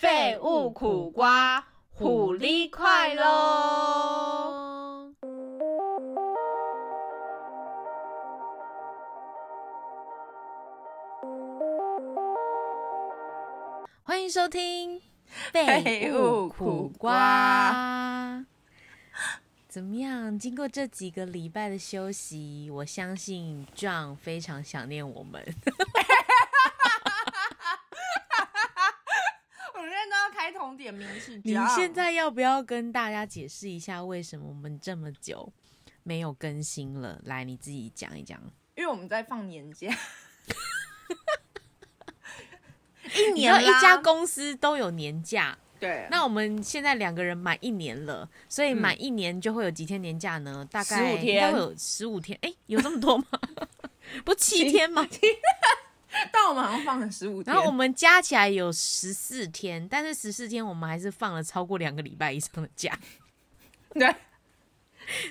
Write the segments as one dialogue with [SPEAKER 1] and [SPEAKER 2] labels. [SPEAKER 1] 爱悟苦瓜，虎力快喽！欢迎收听《
[SPEAKER 2] 废物苦瓜》。
[SPEAKER 1] 怎么样？经过这几个礼拜的休息，我相信 John 非常想念我们。
[SPEAKER 2] 我们现在要开同点名是这
[SPEAKER 1] 你
[SPEAKER 2] 样
[SPEAKER 1] 现在要不要跟大家解释一下，为什么我们这么久没有更新了？来，你自己讲一讲。
[SPEAKER 2] 因为我们在放年假，一
[SPEAKER 1] 你
[SPEAKER 2] 年
[SPEAKER 1] 知道
[SPEAKER 2] 啦
[SPEAKER 1] 一家公司都有年假，
[SPEAKER 2] 对，
[SPEAKER 1] 那我们现在两个人满一年了，所以满一年就会有几天年假呢？大概
[SPEAKER 2] 15天
[SPEAKER 1] 应该会有十五天。哎、有这么多吗？ 不七天吗？
[SPEAKER 2] 但我们好像放了十五天，
[SPEAKER 1] 然后我们加起来有十四天，但是十四天我们还是放了超过两个礼拜以上的假，
[SPEAKER 2] 对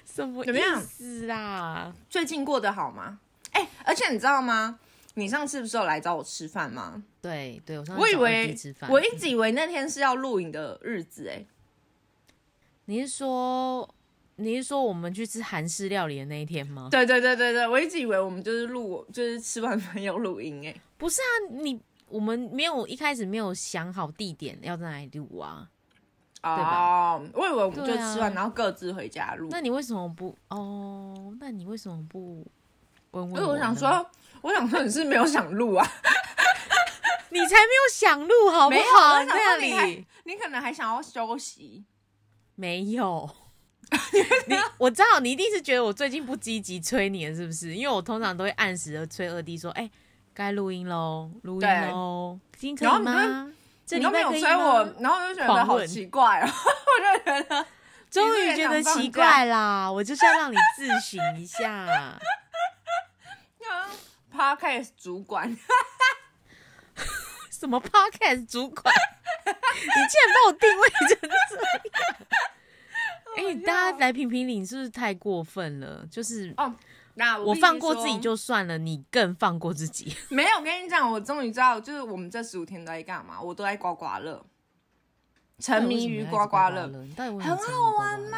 [SPEAKER 1] 什么
[SPEAKER 2] 怎么样
[SPEAKER 1] 意思啊啦？
[SPEAKER 2] 最近过得好吗？哎、而且你知道吗？你上次不是有来找我吃饭吗？
[SPEAKER 1] 对对，我上次
[SPEAKER 2] 我以
[SPEAKER 1] 嗯找安迪
[SPEAKER 2] 为
[SPEAKER 1] 吃饭，
[SPEAKER 2] 我一直以为那天是要录影的日子、哎，
[SPEAKER 1] 你是说你是说我们去吃韩式料理的那一天吗？
[SPEAKER 2] 对对对对对，我一直以为我们就是录，就是吃完饭要录音、哎，
[SPEAKER 1] 不是啊，你我们没有一开始没有想好地点要在哪里录啊。吧
[SPEAKER 2] 哦，我以为我们就
[SPEAKER 1] 对啊
[SPEAKER 2] 吃完、然后各自回家录。
[SPEAKER 1] 那你为什么不哦？那你为什么不问
[SPEAKER 2] 所
[SPEAKER 1] 问
[SPEAKER 2] 以
[SPEAKER 1] 我？
[SPEAKER 2] 我想，说，我想说你是没有想录啊，
[SPEAKER 1] 你才没有想录好不
[SPEAKER 2] 没有
[SPEAKER 1] 好？
[SPEAKER 2] 我想说
[SPEAKER 1] 那
[SPEAKER 2] 你还
[SPEAKER 1] 里
[SPEAKER 2] 你可能还想要休息。
[SPEAKER 1] 没有。你 我知道你一定是觉得我最近不积极催你了，是不是？因为我通常都会按时的催二弟说，哎、该录音喽，录音
[SPEAKER 2] 对
[SPEAKER 1] 喽，今天
[SPEAKER 2] 然
[SPEAKER 1] 可
[SPEAKER 2] 后
[SPEAKER 1] 以
[SPEAKER 2] 你就
[SPEAKER 1] 吗？这
[SPEAKER 2] 你
[SPEAKER 1] 礼
[SPEAKER 2] 都没
[SPEAKER 1] 拜
[SPEAKER 2] 有
[SPEAKER 1] 可以
[SPEAKER 2] 催我
[SPEAKER 1] 吗？，
[SPEAKER 2] 然后我就觉得
[SPEAKER 1] 狂
[SPEAKER 2] 好
[SPEAKER 1] 吻
[SPEAKER 2] 奇怪 哦，我就觉得
[SPEAKER 1] 终于觉得奇怪啦，我就是要让你自省一下。
[SPEAKER 2] 啊 podcast 主管，
[SPEAKER 1] 什么 podcast 主管， 你竟然把我定位成这样？哎、大家来评评理，你是不是太过分了？就是
[SPEAKER 2] 哦，那我
[SPEAKER 1] 我
[SPEAKER 2] 必须
[SPEAKER 1] 放过自己
[SPEAKER 2] 说
[SPEAKER 1] 就算了，你更放过自己。
[SPEAKER 2] 没有。我跟你讲，我终于知道，就是我们这十五天都在干嘛，我都在刮刮乐，沉迷 于刮刮乐，
[SPEAKER 1] 到底为什么
[SPEAKER 2] 很
[SPEAKER 1] 要一直刮刮乐，
[SPEAKER 2] 好玩吗？？
[SPEAKER 1] 吗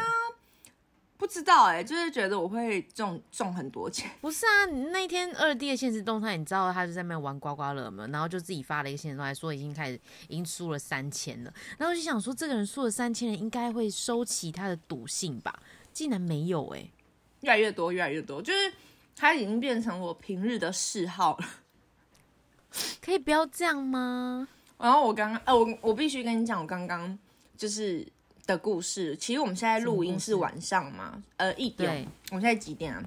[SPEAKER 2] 不知道哎、就是觉得我会中中很多钱，
[SPEAKER 1] 不是啊，你那天二弟的现实动态，你知道他就在那边玩刮刮乐嘛，然后就自己发了一个现实动态，说已经开始已经输了三千了。然后我就想说，这个人输了三千人，应该会收起他的赌性吧？竟然没有哎、
[SPEAKER 2] 越来越多，越来越多，就是它已经变成我平日的嗜好了。
[SPEAKER 1] 可以不要这样吗？
[SPEAKER 2] 然后我刚刚，呃，我我必须跟你讲，我刚刚就是的故事。其实我们现在录音是晚上嘛，呃，一点
[SPEAKER 1] 对，
[SPEAKER 2] 我们现在几点啊？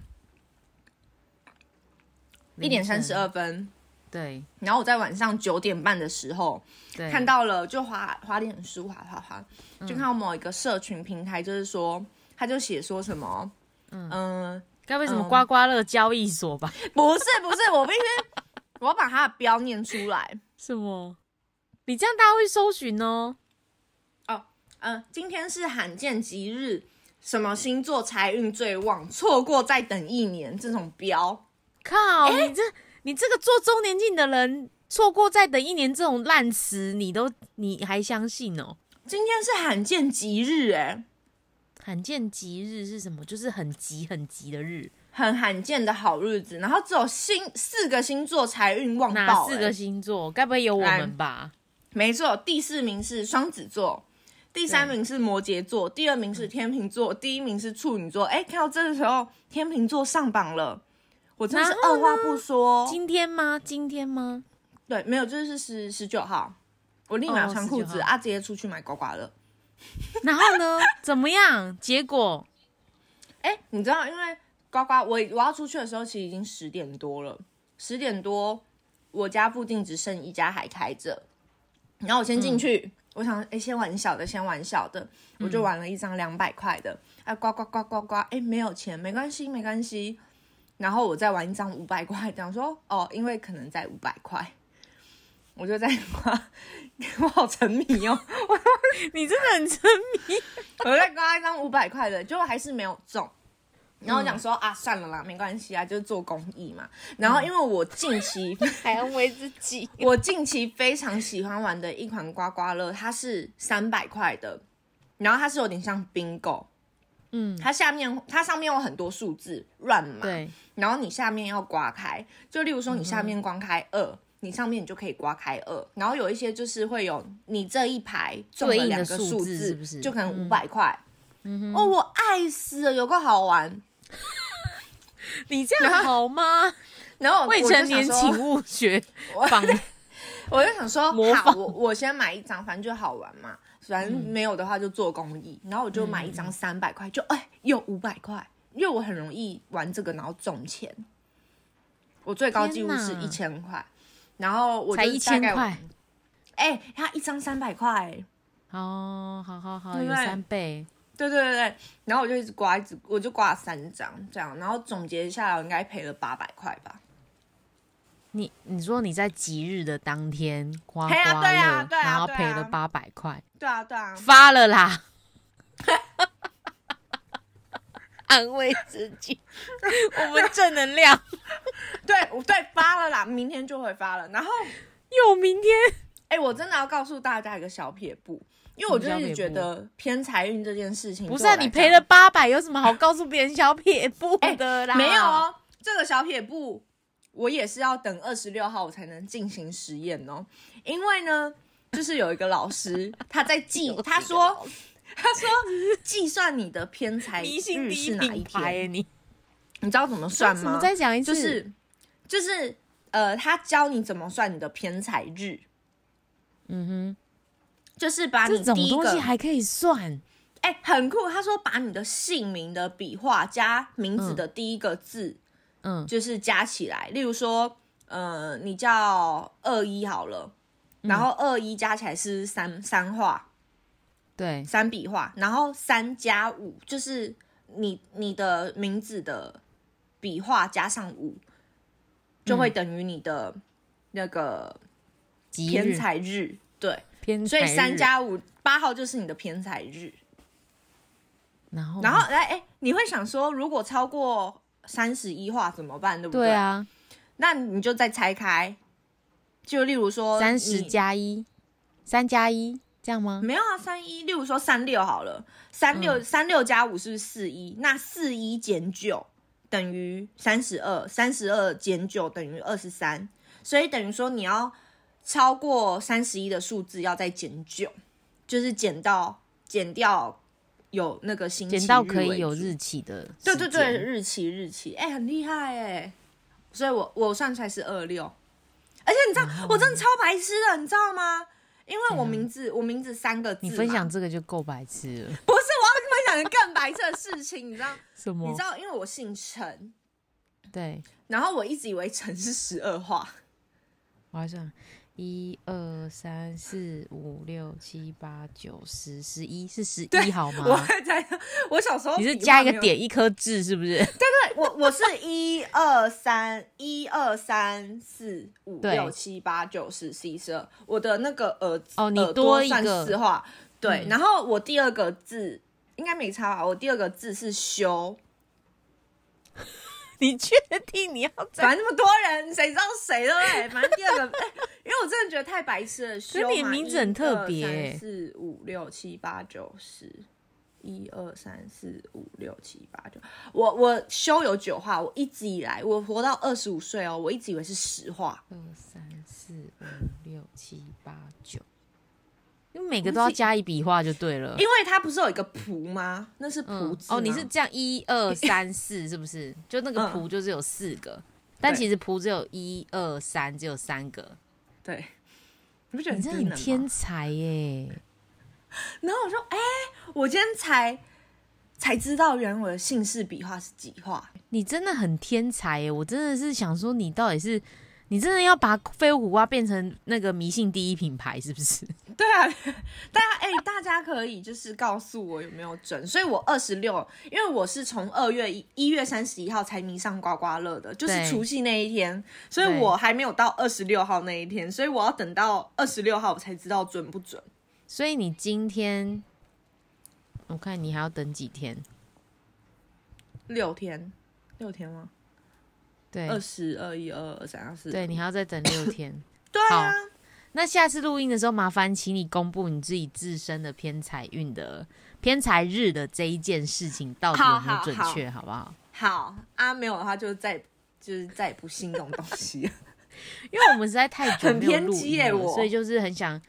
[SPEAKER 2] 一点三十二分。
[SPEAKER 1] 对
[SPEAKER 2] 然后我在晚上九点半的时候
[SPEAKER 1] 对，嗯
[SPEAKER 2] 看到了，就滑滑脸书，滑滑滑，就看到某一个社群平台，就是说，他就写说什么，嗯、
[SPEAKER 1] 该不会什么刮刮乐交易所吧？
[SPEAKER 2] 不是不是，我必须，我要把他的标念出来。
[SPEAKER 1] 什么？你这样大家会搜寻哦。
[SPEAKER 2] 嗯，今天是罕见吉日，什么星座财运最旺？错过再等一年，这种标
[SPEAKER 1] 靠，你这你这个做周年庆的人，错过再等一年这种烂词，你都你还相信哦？
[SPEAKER 2] 今天是罕见吉日、哎，
[SPEAKER 1] 罕见吉日是什么？就是很急很急的日，
[SPEAKER 2] 很罕见的好日子。然后只有星四个星座财运旺
[SPEAKER 1] 哪
[SPEAKER 2] 爆、
[SPEAKER 1] 四
[SPEAKER 2] 哎
[SPEAKER 1] 个星座？该不会有我
[SPEAKER 2] 来
[SPEAKER 1] 们吧？
[SPEAKER 2] 没错，第四名是双子座。第三
[SPEAKER 1] 对
[SPEAKER 2] 名是摩羯座，第二名是天秤座，第一名是处女座。哎，看到这个时候，天秤座上榜了，我真是
[SPEAKER 1] 然后
[SPEAKER 2] 二
[SPEAKER 1] 呢
[SPEAKER 2] 话不说。
[SPEAKER 1] 今天吗？今天吗？
[SPEAKER 2] 对，没有，这是十十九号，我立马
[SPEAKER 1] 哦
[SPEAKER 2] 穿裤子、
[SPEAKER 1] 19号
[SPEAKER 2] 啊，直接出去买刮刮乐。
[SPEAKER 1] 然后呢？ 怎么样？结果
[SPEAKER 2] 哎、你知道，因为呱呱，我我要出去的时候，其实已经十点多了。十点多，我家附近只剩一家还开着。然后我先进去，我想，哎、先玩小的，先玩小的，我就玩了一张两百块的。啊，呱呱呱呱呱，哎、没有钱，没关系，没关系。然后我再玩一张五百块，这样说，哦，因为可能在五百块，我就在刮， 我好沉迷哦，
[SPEAKER 1] 你真的很沉迷。
[SPEAKER 2] 我在刮一张五百块的，结果还是没有中。然后我想说、
[SPEAKER 1] 嗯
[SPEAKER 2] 啊，算了啦，没关系啊，就是做公益嘛。然后因为我近期
[SPEAKER 1] 嗯
[SPEAKER 3] 还安慰自己。
[SPEAKER 2] 我近期非常喜欢玩的一款刮刮乐，它是三百块的，然后它是有点像 bingo，
[SPEAKER 1] 嗯，
[SPEAKER 2] 它下面它上面有很多数字乱码，
[SPEAKER 1] 对，
[SPEAKER 2] 然后你下面要刮开，就例如说你下
[SPEAKER 1] 嗯
[SPEAKER 2] 面刮开二、你上面你就可以刮开二，然后有一些就是会有你这一排中了
[SPEAKER 1] 对应的
[SPEAKER 2] 两个
[SPEAKER 1] 数
[SPEAKER 2] 数
[SPEAKER 1] 字
[SPEAKER 2] 字，
[SPEAKER 1] 是不是嗯
[SPEAKER 2] 就可能五百块。哦，我爱死了，有个好玩。
[SPEAKER 1] 你这样好吗？
[SPEAKER 2] 然后我
[SPEAKER 1] 未
[SPEAKER 2] 就
[SPEAKER 1] 成
[SPEAKER 2] 想
[SPEAKER 1] 年
[SPEAKER 2] 说
[SPEAKER 1] 请勿学
[SPEAKER 2] 我
[SPEAKER 1] 仿
[SPEAKER 2] 我就想说，
[SPEAKER 1] 模
[SPEAKER 2] 好，
[SPEAKER 1] 仿嗯
[SPEAKER 2] 我我先买一张，反正就好玩嘛，反正没有的话就做公益。然后我就买一张三百块，就哎有五百块，因为我很容易玩这个，然后中钱。我最高纪录是
[SPEAKER 1] 天哪
[SPEAKER 2] 一千块，然后我
[SPEAKER 1] 才
[SPEAKER 2] 就
[SPEAKER 1] 一
[SPEAKER 2] 大
[SPEAKER 1] 千
[SPEAKER 2] 概
[SPEAKER 1] 块，
[SPEAKER 2] 哎、他一张三百块，
[SPEAKER 1] 哦，好好好，
[SPEAKER 2] 对
[SPEAKER 1] 有
[SPEAKER 2] 不对
[SPEAKER 1] 三倍，
[SPEAKER 2] 对对对对，然后我就一直刮，一直我就刮了三张这样，然后总结下来我应该赔了八百块吧。
[SPEAKER 1] 你你说你在吉日的当天刮刮
[SPEAKER 2] 嘿啊
[SPEAKER 1] 乐，
[SPEAKER 2] 对啊对啊
[SPEAKER 1] 然后
[SPEAKER 2] 对
[SPEAKER 1] 赔了
[SPEAKER 2] 啊
[SPEAKER 1] 八百块，
[SPEAKER 2] 对啊对啊，
[SPEAKER 1] 发了啦！
[SPEAKER 3] 安慰自己，
[SPEAKER 1] 我们正能量
[SPEAKER 2] 对我对发了啦，明天就会发了。然后
[SPEAKER 1] 有明天，
[SPEAKER 2] 哎、我真的要告诉大家一个小撇步，因为我就
[SPEAKER 1] 什么小
[SPEAKER 2] 一直
[SPEAKER 1] 撇
[SPEAKER 2] 觉
[SPEAKER 1] 步
[SPEAKER 2] 得偏财运这件事情
[SPEAKER 1] 不是、
[SPEAKER 2] 对
[SPEAKER 1] 啊、
[SPEAKER 2] 我来
[SPEAKER 1] 你
[SPEAKER 2] 讲
[SPEAKER 1] 赔了八百，有什么好告诉别人小撇步
[SPEAKER 2] 哎
[SPEAKER 1] 的啦？
[SPEAKER 2] 没有哦，这个小撇步我也是要等二十六号我才能进行实验哦，因为呢，就是有一个老师他在计，他说他说计算你的偏财
[SPEAKER 1] 迷信
[SPEAKER 2] 日
[SPEAKER 1] 第
[SPEAKER 2] 是
[SPEAKER 1] 一
[SPEAKER 2] 哪
[SPEAKER 1] 品牌耶、
[SPEAKER 2] 天，
[SPEAKER 1] 你
[SPEAKER 2] 你知道怎么算
[SPEAKER 1] 什么
[SPEAKER 2] 吗？
[SPEAKER 1] 再讲一次？
[SPEAKER 2] 就是就是呃，他教你怎么算你的偏财日，
[SPEAKER 1] 嗯
[SPEAKER 2] 就是把
[SPEAKER 1] 哼，
[SPEAKER 2] 你
[SPEAKER 1] 这种
[SPEAKER 2] 第一
[SPEAKER 1] 东西
[SPEAKER 2] 个
[SPEAKER 1] 还可以算，
[SPEAKER 2] 哎、很酷。他说把你的姓名的笔画加名字的第一个字，
[SPEAKER 1] 嗯
[SPEAKER 2] 就是加起来。例如说，呃，你叫二一好了，
[SPEAKER 1] 嗯
[SPEAKER 2] 然后二一加起来是三三画，
[SPEAKER 1] 对，
[SPEAKER 2] 三笔画，然后三加五就是你你的名字的笔画加上五，就会等于你的那个
[SPEAKER 1] 吉
[SPEAKER 2] 偏
[SPEAKER 1] 嗯日
[SPEAKER 2] 财日。对，
[SPEAKER 1] 偏
[SPEAKER 2] 所以
[SPEAKER 1] 财
[SPEAKER 2] 三
[SPEAKER 1] 日，
[SPEAKER 2] 加五八号就是你的偏财日。
[SPEAKER 1] 然后
[SPEAKER 2] 然后来，哎、你会想说，如果超过三十一画怎么办？对不
[SPEAKER 1] 对啊，
[SPEAKER 2] 那你就再拆开，就例如说
[SPEAKER 1] 三十
[SPEAKER 2] 你
[SPEAKER 1] 加一，三加一这样吗？
[SPEAKER 2] 没有啊，三一，例如说三六好了，三
[SPEAKER 1] 嗯
[SPEAKER 2] 六三六加五是四一，那四一减九等于三十二，三十二减九等于二十三，所以等于说你要超过三十一的数字要再减九，就是减到减掉有那个星期
[SPEAKER 1] 捡到
[SPEAKER 2] 日
[SPEAKER 1] 可以
[SPEAKER 2] 为
[SPEAKER 1] 有
[SPEAKER 2] 主
[SPEAKER 1] 日期的时
[SPEAKER 2] 对对
[SPEAKER 1] 间，
[SPEAKER 2] 对，日期日期，哎、很厉害哎、所以我我算出来是二六，而且你知道、
[SPEAKER 1] 哦
[SPEAKER 2] 我真的超白痴的，你知道吗？因为我名字、我名字三个字，
[SPEAKER 1] 你分享这个就够白痴了。
[SPEAKER 2] 不是我要分享更白痴的事情，你知道？
[SPEAKER 1] 什么？
[SPEAKER 2] 你知道，因为我姓陈，
[SPEAKER 1] 对，
[SPEAKER 2] 然后我一直以为陈是十二画，
[SPEAKER 1] 啊我还算一二三四五六七八九十十一是十一好
[SPEAKER 2] 我
[SPEAKER 1] 吗？
[SPEAKER 2] 还在 我小时候
[SPEAKER 1] 你是
[SPEAKER 2] 笔画
[SPEAKER 1] 加一
[SPEAKER 2] 没
[SPEAKER 1] 个
[SPEAKER 2] 有，
[SPEAKER 1] 点一颗痣是不是？
[SPEAKER 2] 对我我是一二三一二三四五
[SPEAKER 1] 对
[SPEAKER 2] 六七八九十十一十二，我的那个耳
[SPEAKER 1] 哦你
[SPEAKER 2] 耳
[SPEAKER 1] 多
[SPEAKER 2] 朵
[SPEAKER 1] 一
[SPEAKER 2] 算
[SPEAKER 1] 个嗯
[SPEAKER 2] 四画，对，然后我第二个字应该没差吧？我第二个字是修，
[SPEAKER 1] 你确定你要这样？
[SPEAKER 2] 反正那么多人，谁知道谁对不 对？反正第二个，哎因为我真的觉得太白痴了。
[SPEAKER 1] 是你的名字很特别欸
[SPEAKER 2] 四五六七八九十，一二三四五六七八九。我我修有九画，我一直以来我活到二十五岁哦，我一直以为是十画。
[SPEAKER 1] 二三四五六七八九，因为每个都要加一笔画就对了
[SPEAKER 2] 因。为它不是有一个仆吗？那是仆
[SPEAKER 1] 呃嗯
[SPEAKER 2] 字、啊
[SPEAKER 1] 哦，你是这样一二三四是不是？就那个
[SPEAKER 2] 嗯
[SPEAKER 1] 谱就是有四个，但
[SPEAKER 2] 对
[SPEAKER 1] 其实谱只有一二三，只有三个。
[SPEAKER 2] 对，你不觉得
[SPEAKER 1] 你
[SPEAKER 2] 很
[SPEAKER 1] 真
[SPEAKER 2] 低
[SPEAKER 1] 的
[SPEAKER 2] 能
[SPEAKER 1] 很
[SPEAKER 2] 吗？
[SPEAKER 1] 天才耶！
[SPEAKER 2] 然后我说，哎、我今天才才知道，原来我的姓氏笔画是几画。
[SPEAKER 1] 你真的很天才耶！我真的是想说，你到底是你真的要把飞虎瓜变成那个迷信第一品牌是不是？
[SPEAKER 2] 对啊，大家哎、大家可以就是告诉我有没有准。所以我二十六，因为我是从二月一一月三十一号才迷上刮刮乐的，就是
[SPEAKER 1] 对
[SPEAKER 2] 除夕那一天，所以
[SPEAKER 1] 对
[SPEAKER 2] 我还没有到二十六号那一天，所以我要等到二十六号我才知道准不准。
[SPEAKER 1] 所以你今天，我看你还要等几天？
[SPEAKER 2] 六天，六天吗？
[SPEAKER 1] 对
[SPEAKER 2] 二十二一二二三二四，
[SPEAKER 1] 对，你还要再等六天。
[SPEAKER 2] 对啊，
[SPEAKER 1] 那下次录音的时候，麻烦请你公布你自己自身的偏财运的偏财日的这一件事情到底有没有准确，好不好？
[SPEAKER 2] 好啊，没有的话就再就是再也不信这种东西 了。
[SPEAKER 1] 因为我们实在太久没
[SPEAKER 2] 很
[SPEAKER 1] 有录
[SPEAKER 2] 偏激
[SPEAKER 1] 音
[SPEAKER 2] 耶
[SPEAKER 1] 了，
[SPEAKER 2] 我
[SPEAKER 1] 所以就是很想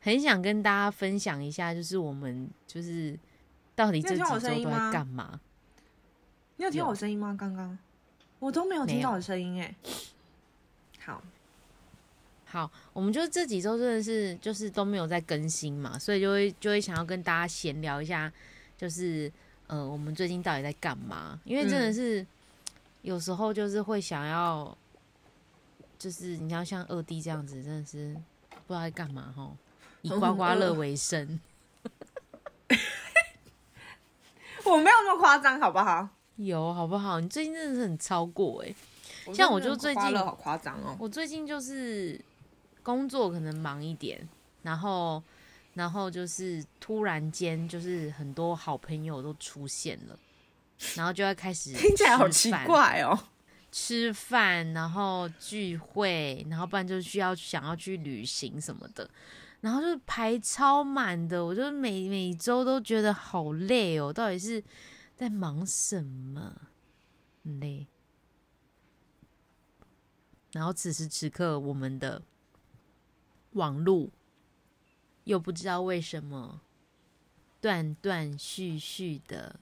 [SPEAKER 1] 很想跟大家分享一下，就是我们就是到底这
[SPEAKER 2] 你
[SPEAKER 1] 几
[SPEAKER 2] 有听
[SPEAKER 1] 周
[SPEAKER 2] 我
[SPEAKER 1] 都
[SPEAKER 2] 声音
[SPEAKER 1] 在
[SPEAKER 2] 吗
[SPEAKER 1] 干嘛？
[SPEAKER 2] 你有听
[SPEAKER 1] 有
[SPEAKER 2] 我声音吗？刚刚我都没有听
[SPEAKER 1] 没有
[SPEAKER 2] 到我声音哎。好，
[SPEAKER 1] 好，我们就这几周真的是就是都没有在更新嘛，所以就会就会想要跟大家闲聊一下，就是呃，我们最近到底在干嘛？因为真的
[SPEAKER 2] 嗯
[SPEAKER 1] 是、有时候就是会想要，就是你要像二弟这样子，真的是不知道在干嘛哈， 以刮刮乐为生，
[SPEAKER 2] 我没有那么夸张，好不好？
[SPEAKER 1] 有好不好？你最近真的是很超过哎、
[SPEAKER 2] 真
[SPEAKER 1] 像
[SPEAKER 2] 的
[SPEAKER 1] 我就最近
[SPEAKER 2] 刮乐好夸张 哦，
[SPEAKER 1] 我最近就是工作可能忙一点，然后然后就是突然间就是很多好朋友都出现了，然后就要开始
[SPEAKER 2] 听起来好
[SPEAKER 1] 吃
[SPEAKER 2] 奇
[SPEAKER 1] 饭，
[SPEAKER 2] 怪哦。
[SPEAKER 1] 吃饭，然后聚会，然后不然就需要想要去旅行什么的。然后就是排超满的，我就每每周都觉得好累哦，到底是在忙什么？很累。然后此时此刻，我们的网路又不知道为什么断断续续的，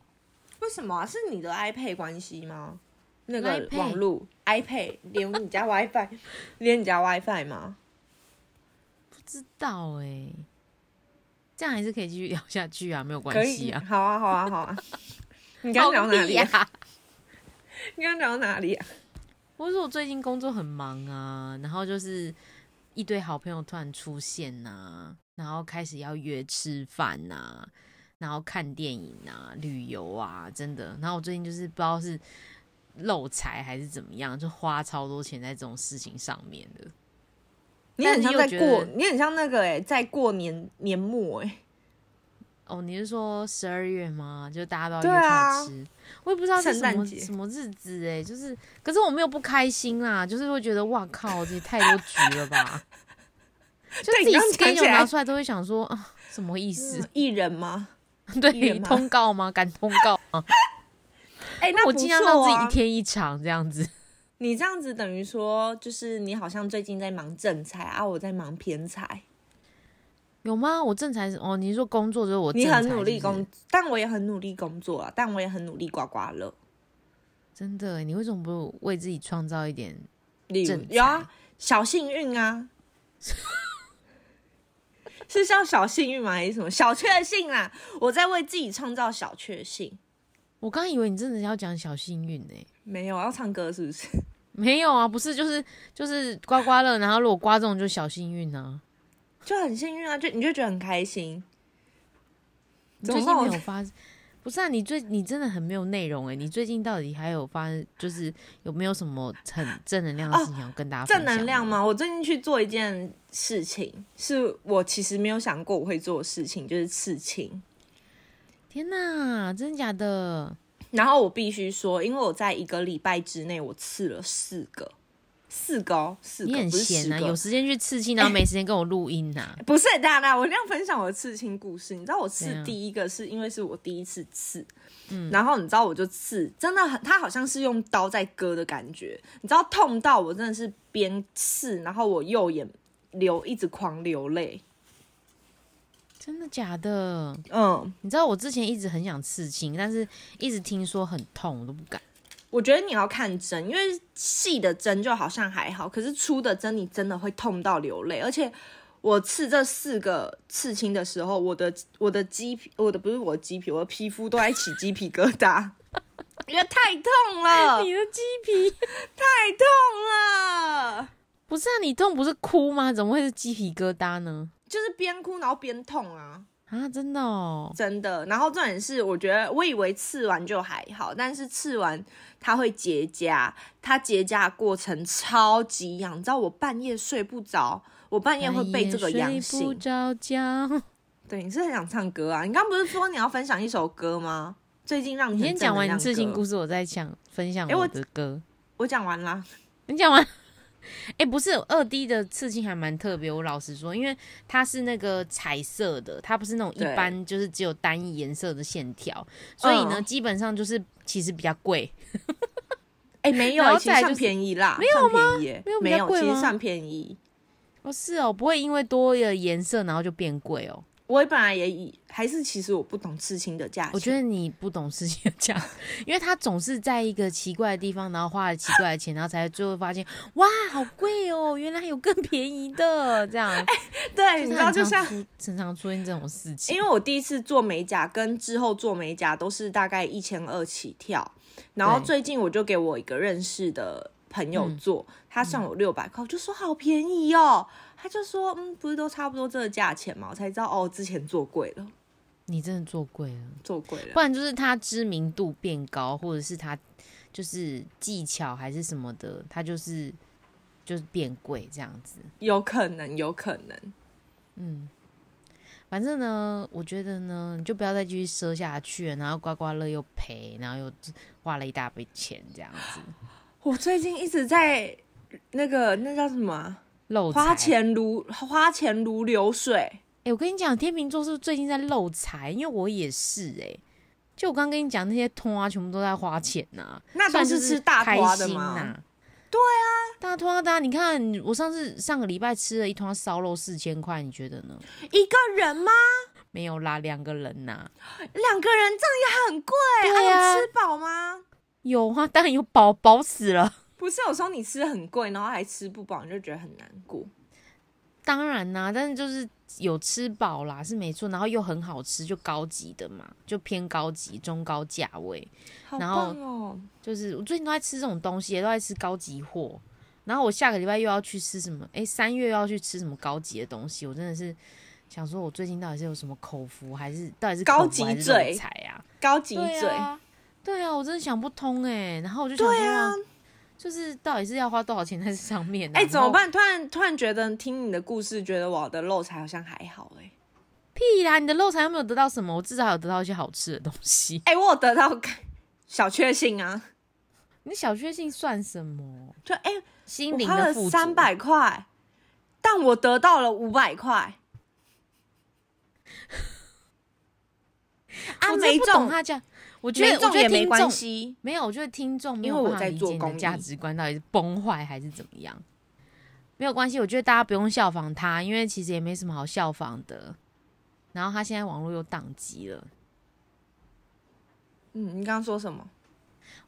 [SPEAKER 2] 为什么啊？是你的 iPad 关系吗？那个
[SPEAKER 1] iPad
[SPEAKER 2] 网路 iPad 连你 家 WiFi 连你家 WiFi 吗？
[SPEAKER 1] 不知道哎、这样还是可以继续聊下去啊，没有关
[SPEAKER 2] 可
[SPEAKER 1] 系
[SPEAKER 2] 以，
[SPEAKER 1] 啊。
[SPEAKER 2] 好啊，好啊，好 啊。你刚刚聊哪里啊？
[SPEAKER 1] 好屁呀
[SPEAKER 2] 你刚刚聊哪里啊？
[SPEAKER 1] 我是说我最近工作很忙啊，然后就是一堆好朋友突然出现呐、啊然后开始要约吃饭呐、然后看电影啊、旅游啊，真的。然后我最近就是不知道是漏财还是怎么样，就花超多钱在这种事情上面的。
[SPEAKER 2] 你很像在
[SPEAKER 1] 但是又觉
[SPEAKER 2] 过
[SPEAKER 1] 得，
[SPEAKER 2] 你很像那个哎、在过年年末哎、
[SPEAKER 1] 哦，你是说十二月吗？就大家都要
[SPEAKER 2] 对
[SPEAKER 1] 约出
[SPEAKER 2] 啊
[SPEAKER 1] 来吃，我也不知道是
[SPEAKER 2] 圣
[SPEAKER 1] 什
[SPEAKER 2] 诞
[SPEAKER 1] 么
[SPEAKER 2] 节
[SPEAKER 1] 什么日子哎、就是，可是我没有不开心啦，就是会觉得哇靠，这也太多局了吧，就
[SPEAKER 2] 对
[SPEAKER 1] 自己
[SPEAKER 2] 你刚刚讲
[SPEAKER 1] schedule
[SPEAKER 2] 起来
[SPEAKER 1] 拿出来都会想说啊，什么意思？
[SPEAKER 2] 艺人吗？艺
[SPEAKER 1] 对，
[SPEAKER 2] 嗯人吗
[SPEAKER 1] 通告吗？敢通告吗？
[SPEAKER 2] 哎、那
[SPEAKER 1] 我
[SPEAKER 2] 不
[SPEAKER 1] 尽量
[SPEAKER 2] 错
[SPEAKER 1] 让自己
[SPEAKER 2] 啊
[SPEAKER 1] 一天一场这样子，
[SPEAKER 2] 你这样子等于说，就是你好像最近在忙正财啊，我在忙偏财。
[SPEAKER 1] 有吗？我正财是哦，你是说工作就是我
[SPEAKER 2] 你
[SPEAKER 1] 正
[SPEAKER 2] 很
[SPEAKER 1] 财
[SPEAKER 2] 努力
[SPEAKER 1] 是不是
[SPEAKER 2] 工，但我也很努力工作啊，但我也很努力刮刮乐。
[SPEAKER 1] 真的欸，你为什么不为自己创造一点？
[SPEAKER 2] 例如
[SPEAKER 1] 正财
[SPEAKER 2] 有啊，小幸运啊， 是叫小幸运吗？还是什么小确幸啦？我在为自己创造小确幸。
[SPEAKER 1] 我刚以为你真的要讲小幸运欸呢、
[SPEAKER 2] 没有要唱歌是不是？
[SPEAKER 1] 没有啊，不是，就是就是刮刮乐，然后如果刮中就小幸运啊。
[SPEAKER 2] 就很幸运啊，就你就觉得很开心。
[SPEAKER 1] 你
[SPEAKER 2] 怎
[SPEAKER 1] 最
[SPEAKER 2] 么
[SPEAKER 1] 近
[SPEAKER 2] 办
[SPEAKER 1] 没
[SPEAKER 2] 我
[SPEAKER 1] 有发，不是啊？你最你真的很没有内容欸诶、你最近到底还有发，就是有没有什么很正能量的事情要跟大家分
[SPEAKER 2] 啊正
[SPEAKER 1] 享、
[SPEAKER 2] 能量？吗？我最近去做一件事情，是我其实没有想过我会做的事情，就是刺青。
[SPEAKER 1] 天哪，真的假的？
[SPEAKER 2] 然后我必须说，因为我在一个礼拜之内，我刺了四个，四个哦，四
[SPEAKER 1] 你
[SPEAKER 2] 个，
[SPEAKER 1] 很
[SPEAKER 2] 不是十
[SPEAKER 1] 闲啊，
[SPEAKER 2] 个
[SPEAKER 1] 有时间去刺青，然后没时间跟我录音啊呐、
[SPEAKER 2] 不是，大家，我这样分享我的刺青故事。你知道我
[SPEAKER 1] 怎
[SPEAKER 2] 刺
[SPEAKER 1] 样
[SPEAKER 2] 第一个是因为是我第一次刺，嗯，然后你知道我就刺，真的很，它好像是用刀在割的感觉，你知道痛到我真的是边刺，然后我右眼流一直狂流泪，
[SPEAKER 1] 真的假的？
[SPEAKER 2] 嗯，
[SPEAKER 1] 你知道我之前一直很想刺青，但是一直听说很痛，我都不敢。
[SPEAKER 2] 我觉得你要看针，因为细的针就好像还好，可是粗的针你真的会痛到流泪。而且我刺这四个刺青的时候，我的我的鸡皮，我的不是我的鸡皮，我的皮肤都在起鸡皮疙瘩，因为太痛了，
[SPEAKER 1] 的鸡皮
[SPEAKER 2] 太痛了，
[SPEAKER 1] 不是啊？你痛不是哭吗？怎么会是鸡皮疙瘩呢？
[SPEAKER 2] 就是边哭然后边痛啊。
[SPEAKER 1] 啊，真的哦，
[SPEAKER 2] 真的。然后重点是，我觉得我以为刺完就还好，但是刺完它会结痂，它结痂的过程超级痒，你知道我半夜睡不着，我半夜会被这个痒
[SPEAKER 1] 半哎夜睡不
[SPEAKER 2] 醒。
[SPEAKER 1] 着觉，
[SPEAKER 2] 对，你是很想唱歌啊？你刚不是说你要分享一首歌吗？最近让你
[SPEAKER 1] 你
[SPEAKER 2] 很
[SPEAKER 1] 先
[SPEAKER 2] 正
[SPEAKER 1] 讲
[SPEAKER 2] 能
[SPEAKER 1] 完你
[SPEAKER 2] 量
[SPEAKER 1] 刺青
[SPEAKER 2] 歌
[SPEAKER 1] 故事，我再讲分享
[SPEAKER 2] 诶
[SPEAKER 1] 我
[SPEAKER 2] 我
[SPEAKER 1] 的歌。
[SPEAKER 2] 我讲完啦。
[SPEAKER 1] 你讲完？哎、不是，二 D 的刺青还蛮特别。我老实说，因为它是那个彩色的，它不是那种一
[SPEAKER 2] 对
[SPEAKER 1] 般就是只有单一颜色的线条，所以呢，
[SPEAKER 2] 嗯
[SPEAKER 1] 基本上就是其实比较贵。
[SPEAKER 2] 哎、没有、
[SPEAKER 1] 然后
[SPEAKER 2] 欸，其实
[SPEAKER 1] 再来
[SPEAKER 2] 算
[SPEAKER 1] 就是
[SPEAKER 2] 便宜啦，没有吗？便宜欸
[SPEAKER 1] 没有比
[SPEAKER 2] 没
[SPEAKER 1] 较
[SPEAKER 2] 有，
[SPEAKER 1] 贵
[SPEAKER 2] 其
[SPEAKER 1] 吗
[SPEAKER 2] 实算便宜。
[SPEAKER 1] 哦，是哦，不会因为多了颜色然后就变贵哦。
[SPEAKER 2] 我本来也以还是其实我不懂刺青的价钱，
[SPEAKER 1] 我觉得你不懂事情的价，因为它总是在一个奇怪的地方，然后花了奇怪的钱，然后才最后发现，哇，好贵哦，原来还有更便宜的，这样。
[SPEAKER 2] 哎对，你知
[SPEAKER 1] 它
[SPEAKER 2] 道
[SPEAKER 1] 很
[SPEAKER 2] 就像
[SPEAKER 1] 常出，常常出现这种事情。
[SPEAKER 2] 因为我第一次做美甲跟之后做美甲都是大概一千二起跳，然后
[SPEAKER 1] 对嗯
[SPEAKER 2] 最近我就给我一个认识的朋友做，他算我六百块，我就说好便宜哦，他就说嗯，不是都差不多这个价钱嘛，我才知道哦，之前做贵了，
[SPEAKER 1] 你真的做贵了。
[SPEAKER 2] 做贵了
[SPEAKER 1] 不。然就是他知名度变高，或者是他就是技巧还是什么的，他就是就是变贵这样子。
[SPEAKER 2] 有可能，有可能。
[SPEAKER 1] 嗯，反正呢，我觉得呢，你就不要再继续赊下去了，然后刮刮乐又赔，然后又花了一大笔钱这样子，
[SPEAKER 2] 我最近一直在那个那叫什么啊
[SPEAKER 1] 漏财
[SPEAKER 2] 花。钱如花钱如流水，
[SPEAKER 1] 哎、我跟你讲，天秤座是不是最近在漏财？因为我也是哎、就我刚跟你讲那些通啊，全部都在花钱呐、
[SPEAKER 2] 那
[SPEAKER 1] 算
[SPEAKER 2] 都
[SPEAKER 1] 是
[SPEAKER 2] 吃大啊
[SPEAKER 1] 开
[SPEAKER 2] 花的
[SPEAKER 1] 心
[SPEAKER 2] 吗？
[SPEAKER 1] 呐对啊，大拖大，你看我上次上个礼拜吃了一团烧肉四千块，你觉得呢？
[SPEAKER 2] 一个人吗？
[SPEAKER 1] 没有啦，两个人呐、
[SPEAKER 2] 两个人这样也很贵，
[SPEAKER 1] 对啊
[SPEAKER 2] 啊、有吃饱吗？
[SPEAKER 1] 有啊，当然有饱饱死了。
[SPEAKER 2] 不是，有时候你吃很贵，然后还吃不饱，你就觉得很难过。
[SPEAKER 1] 当然啦、但是就是有吃饱啦，是没错，然后又很好吃，就高级的嘛，就偏高级、中高价位。
[SPEAKER 2] 好
[SPEAKER 1] 然后
[SPEAKER 2] 棒哦！
[SPEAKER 1] 就是我最近都在吃这种东西，都在吃高级货。然后我下个礼拜又要去吃什么？诶，三月又要去吃什么高级的东西？我真的是想说，我最近到底是有什么口福，还是到底是
[SPEAKER 2] 高
[SPEAKER 1] 口
[SPEAKER 2] 级
[SPEAKER 1] 福还是
[SPEAKER 2] 嘴
[SPEAKER 1] 漏财啊？
[SPEAKER 2] 高级
[SPEAKER 1] 对
[SPEAKER 2] 嘴，
[SPEAKER 1] 啊，对啊，我真的想不通诶。然后我就想说
[SPEAKER 2] 对啊
[SPEAKER 1] 让，就是到底是要花多少钱在这上面、啊？
[SPEAKER 2] 哎、怎么
[SPEAKER 1] 然后
[SPEAKER 2] 办？突然突然觉得听你的故事，觉得我的肉才好像还好哎、
[SPEAKER 1] 屁啦！你的漏财又没有得到什么，我至少有得到一些好吃的东西。
[SPEAKER 2] 哎、我有得到小确幸啊，
[SPEAKER 1] 你小确幸算什么？
[SPEAKER 2] 就哎、
[SPEAKER 1] 心
[SPEAKER 2] 我
[SPEAKER 1] 灵
[SPEAKER 2] 花
[SPEAKER 1] 的
[SPEAKER 2] 了
[SPEAKER 1] 富足。
[SPEAKER 2] 三百块，但我得到了五百块。
[SPEAKER 1] 啊，
[SPEAKER 2] 我
[SPEAKER 1] 你
[SPEAKER 2] 没
[SPEAKER 1] 真不懂
[SPEAKER 2] 中，
[SPEAKER 1] 他这样，我觉
[SPEAKER 2] 没
[SPEAKER 1] 得我
[SPEAKER 2] 中
[SPEAKER 1] 觉得
[SPEAKER 2] 也没
[SPEAKER 1] 听
[SPEAKER 2] 关
[SPEAKER 1] 众
[SPEAKER 2] 系。
[SPEAKER 1] 没有，我觉得听众没
[SPEAKER 2] 因为
[SPEAKER 1] 有
[SPEAKER 2] 我
[SPEAKER 1] 办法
[SPEAKER 2] 在
[SPEAKER 1] 理
[SPEAKER 2] 做
[SPEAKER 1] 解你
[SPEAKER 2] 公
[SPEAKER 1] 的
[SPEAKER 2] 益
[SPEAKER 1] 价值观到底是崩坏还是怎么样。没有关系，我觉得大家不用效仿他，因为其实也没什么好效仿的。然后他现在网络又宕机了，
[SPEAKER 2] 嗯，你刚刚说 什么？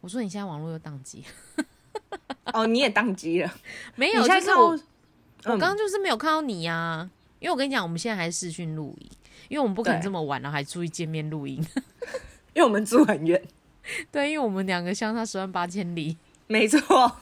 [SPEAKER 1] 我说你现在网络又宕机，
[SPEAKER 2] 哦，你也宕机了。
[SPEAKER 1] 没
[SPEAKER 2] 你
[SPEAKER 1] 有，
[SPEAKER 2] 现在
[SPEAKER 1] 就
[SPEAKER 2] 看
[SPEAKER 1] 是
[SPEAKER 2] 到
[SPEAKER 1] 我
[SPEAKER 2] 我嗯
[SPEAKER 1] 我
[SPEAKER 2] 刚
[SPEAKER 1] 刚刚就是没有看到你啊，因为我跟你讲，我们现在还是视讯录影，因为我们不可能
[SPEAKER 2] 对
[SPEAKER 1] 这么晚了还出去见面录音。
[SPEAKER 2] 因为我们住很远，
[SPEAKER 1] 对，因为我们两个相差十万八千里。
[SPEAKER 2] 没错。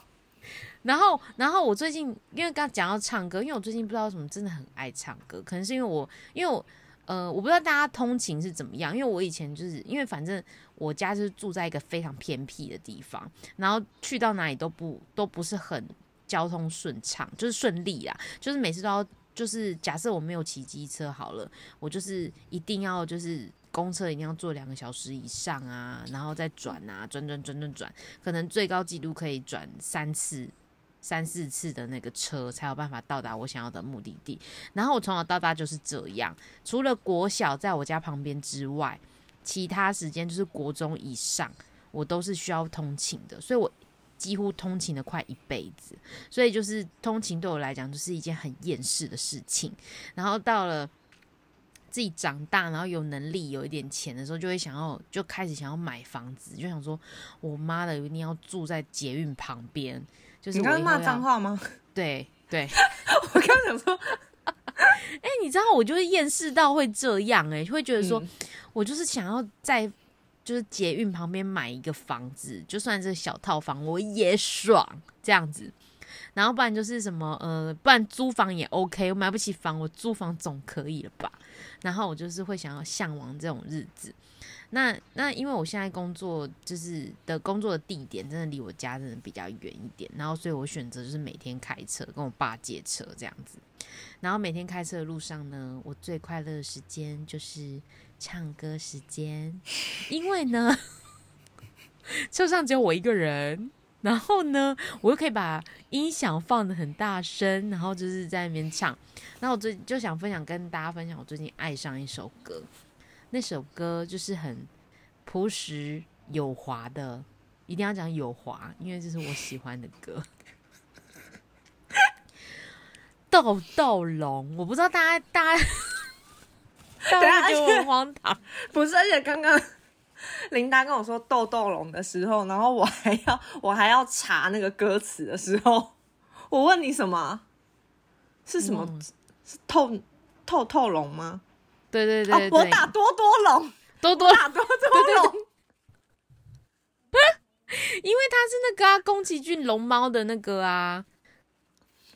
[SPEAKER 1] 然后，然后我最近因为刚讲到唱歌，因为我最近不知道为什么真的很爱唱歌，可能是因为我，因为我，呃，我不知道大家通勤是怎么样，因为我以前就是因为反正我家就是住在一个非常偏僻的地方，然后去到哪里都不都不是很交通顺畅，就是顺利啦，就是每次都要就是假设我没有骑机车好了，我就是一定要就是。公车一定要坐两个小时以上啊，然后再转啊，转转转转转，可能最高纪录可以转三次三四次的那个车，才有办法到达我想要的目的地。然后我从小到大就是这样，除了国小在我家旁边之外，其他时间就是国中以上，我都是需要通勤的，所以我几乎通勤了快一辈子。所以就是通勤对我来讲就是一件很厌世的事情。然后到了。自己长大，然后有能力，有一点钱的时候，就会想要，就开始想要买房子，就想说，我妈的，一定要住在捷运旁边，就是
[SPEAKER 2] 你刚
[SPEAKER 1] 我
[SPEAKER 2] 刚
[SPEAKER 1] 以后
[SPEAKER 2] 骂
[SPEAKER 1] 要
[SPEAKER 2] 脏话 吗？
[SPEAKER 1] 对对，
[SPEAKER 2] 我刚想说，
[SPEAKER 1] 哎、你知道我就是厌世到会这样、欸，哎，会觉得说、
[SPEAKER 2] 嗯
[SPEAKER 1] 我就是想要在就是捷运旁边买一个房子，就算是小套房，我也爽这样子。然后不然就是什么呃，不然租房也 OK，我买不起房，我租房总可以了吧？然后我就是会想要向往这种日子。那那因为我现在工作就是的工作的地点真的离我家真的比较远一点，然后所以我选择就是每天开车跟我爸借车这样子。然后每天开车的路上呢，我最快乐的时间就是唱歌时间，因为呢， 车上只有我一个人。然后呢，我又可以把音响放得很大声，然后就是在那边唱。那我最就想分享跟大家分享，我最近爱上一首歌，那首歌就是很朴实有华的，一定要讲有华，因为这是我喜欢的歌。 豆豆龙，我不知道大家大家
[SPEAKER 2] 等
[SPEAKER 1] 大
[SPEAKER 2] 一
[SPEAKER 1] 家
[SPEAKER 2] 下
[SPEAKER 1] 会觉得我很荒唐，
[SPEAKER 2] 不是，而且刚 刚琳达跟我说豆豆龙的时候，然后我还要我还要查那个歌词的时候，我问你什么啊？是什么
[SPEAKER 1] 忘？了
[SPEAKER 2] 是透透透龙吗？
[SPEAKER 1] 对对
[SPEAKER 2] 哦
[SPEAKER 1] 对，
[SPEAKER 2] 我
[SPEAKER 1] 对，
[SPEAKER 2] 打多多龙，
[SPEAKER 1] 多多
[SPEAKER 2] 打多多龙。
[SPEAKER 1] 因为他是那个啊，宫崎骏龙猫的那个啊，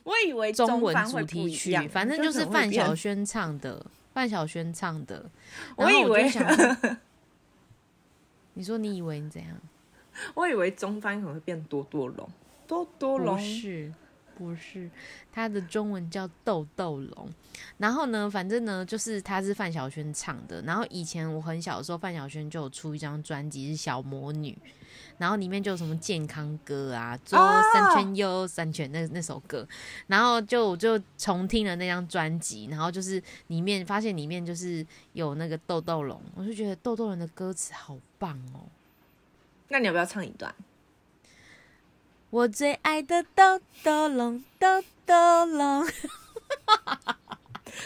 [SPEAKER 2] 我以为
[SPEAKER 1] 中
[SPEAKER 2] 翻
[SPEAKER 1] 文
[SPEAKER 2] 会不
[SPEAKER 1] 主题
[SPEAKER 2] 一
[SPEAKER 1] 曲
[SPEAKER 2] 样，
[SPEAKER 1] 反正就是
[SPEAKER 2] 可能会
[SPEAKER 1] 范晓
[SPEAKER 2] 变
[SPEAKER 1] 萱唱的，范晓萱唱的。然
[SPEAKER 2] 我
[SPEAKER 1] 后
[SPEAKER 2] 以
[SPEAKER 1] 我就
[SPEAKER 2] 为
[SPEAKER 1] 想说， 你说你以为你怎样？
[SPEAKER 2] 我以为中翻可能会变多多龙，多多龙
[SPEAKER 1] 不是，不是，它的中文叫豆豆龙。然后呢，反正呢，就是它是范晓萱唱的。然后以前我很小的时候，范晓萱就有出一张专辑是小魔女，然后里面就有什么健康歌啊，左三圈右三圈那那首歌。然后就我就重听了那张专辑，然后就是里面发现里面就是有那个豆豆龙，我就觉得豆豆龙的歌词好棒哦。
[SPEAKER 2] 那你要不要唱一段？
[SPEAKER 1] 我最爱的豆豆龙，豆豆龙。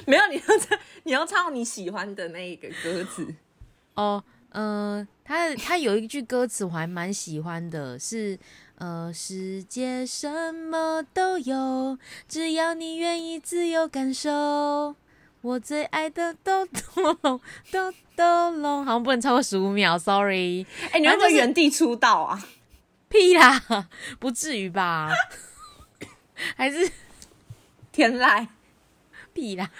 [SPEAKER 2] 没有，你要唱，你要唱你喜欢的那一个歌词。
[SPEAKER 1] 哦，嗯，他他有一句歌词我还蛮喜欢的，是呃，世界什么都有，只要你愿意自由感受。我最爱的豆豆龙，豆豆龙，好像不能超过十五秒，sorry。
[SPEAKER 2] 哎、你要不要原地出道啊？
[SPEAKER 1] 屁啦，不至于吧？ 还是
[SPEAKER 2] 天籁，
[SPEAKER 1] 屁啦，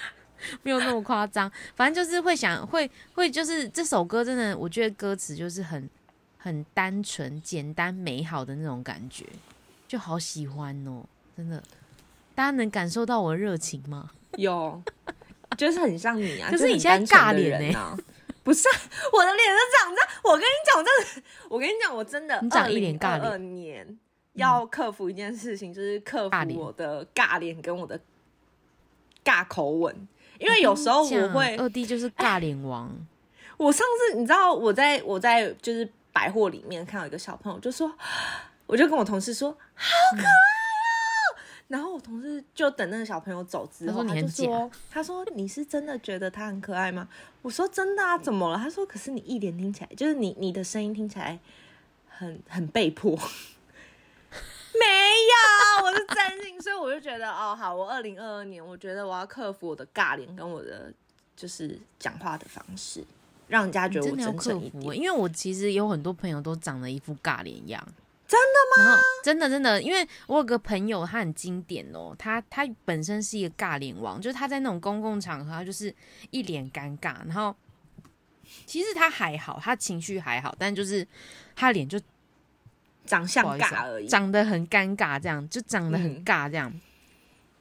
[SPEAKER 1] 没有那么夸张。反正就是会想，会会就是这首歌真的，我觉得歌词就是很很单纯、简单、美好的那种感觉，就好喜欢哦，真的。大家能感受到我的热情吗？
[SPEAKER 2] 有，就是很像你啊。就
[SPEAKER 1] 可
[SPEAKER 2] 是
[SPEAKER 1] 你
[SPEAKER 2] 很
[SPEAKER 1] 现在
[SPEAKER 2] 单纯
[SPEAKER 1] 尬
[SPEAKER 2] 的
[SPEAKER 1] 脸
[SPEAKER 2] 人啊。 不是啊，我的脸是长这样。啊我跟你讲，我真的，我跟你讲，我真的，
[SPEAKER 1] 你长一脸尬脸
[SPEAKER 2] 二年要克服一件事情，就是克
[SPEAKER 1] 尬
[SPEAKER 2] 服
[SPEAKER 1] 脸
[SPEAKER 2] 我的嗯尬脸跟我的尬口吻，因为有时候
[SPEAKER 1] 这
[SPEAKER 2] 哦我会，
[SPEAKER 1] 样二弟就是尬脸王，
[SPEAKER 2] 我上次你知道我在我在就是百货里面看到一个小朋友，就说，我就跟我同事说好可爱哦、然后我同事就等那个小朋友走之后，
[SPEAKER 1] 他说你
[SPEAKER 2] 他
[SPEAKER 1] 很
[SPEAKER 2] 就
[SPEAKER 1] 假
[SPEAKER 2] 说：“他说你是真的觉得他很可爱吗？”我说：“真的啊，怎么了？”他说：“可是你一脸听起来，就是你你的声音听起来很很被迫。”没有，我是真心，所以我就觉得哦，好，我二零二二年，我觉得我要克服我的尬脸跟我的就是讲话的方式，让人家觉
[SPEAKER 1] 你
[SPEAKER 2] 得我
[SPEAKER 1] 真的要
[SPEAKER 2] 真
[SPEAKER 1] 克
[SPEAKER 2] 诚一
[SPEAKER 1] 服欸，
[SPEAKER 2] 点。
[SPEAKER 1] 因为我其实有很多朋友都长得一副尬脸样。
[SPEAKER 2] 真
[SPEAKER 1] 的吗？真的真的，因为我有个朋友，他很经典哦，他他本身是一个尬脸王，就是他在那种公共场合，他就是一脸尴尬，然后其实他还好，他情绪还好，但就是他的脸就
[SPEAKER 2] 长
[SPEAKER 1] 不好
[SPEAKER 2] 相
[SPEAKER 1] 意思啊
[SPEAKER 2] 尬而已。
[SPEAKER 1] 长得很尴尬，这样就长得很
[SPEAKER 2] 嗯
[SPEAKER 1] 尬这样。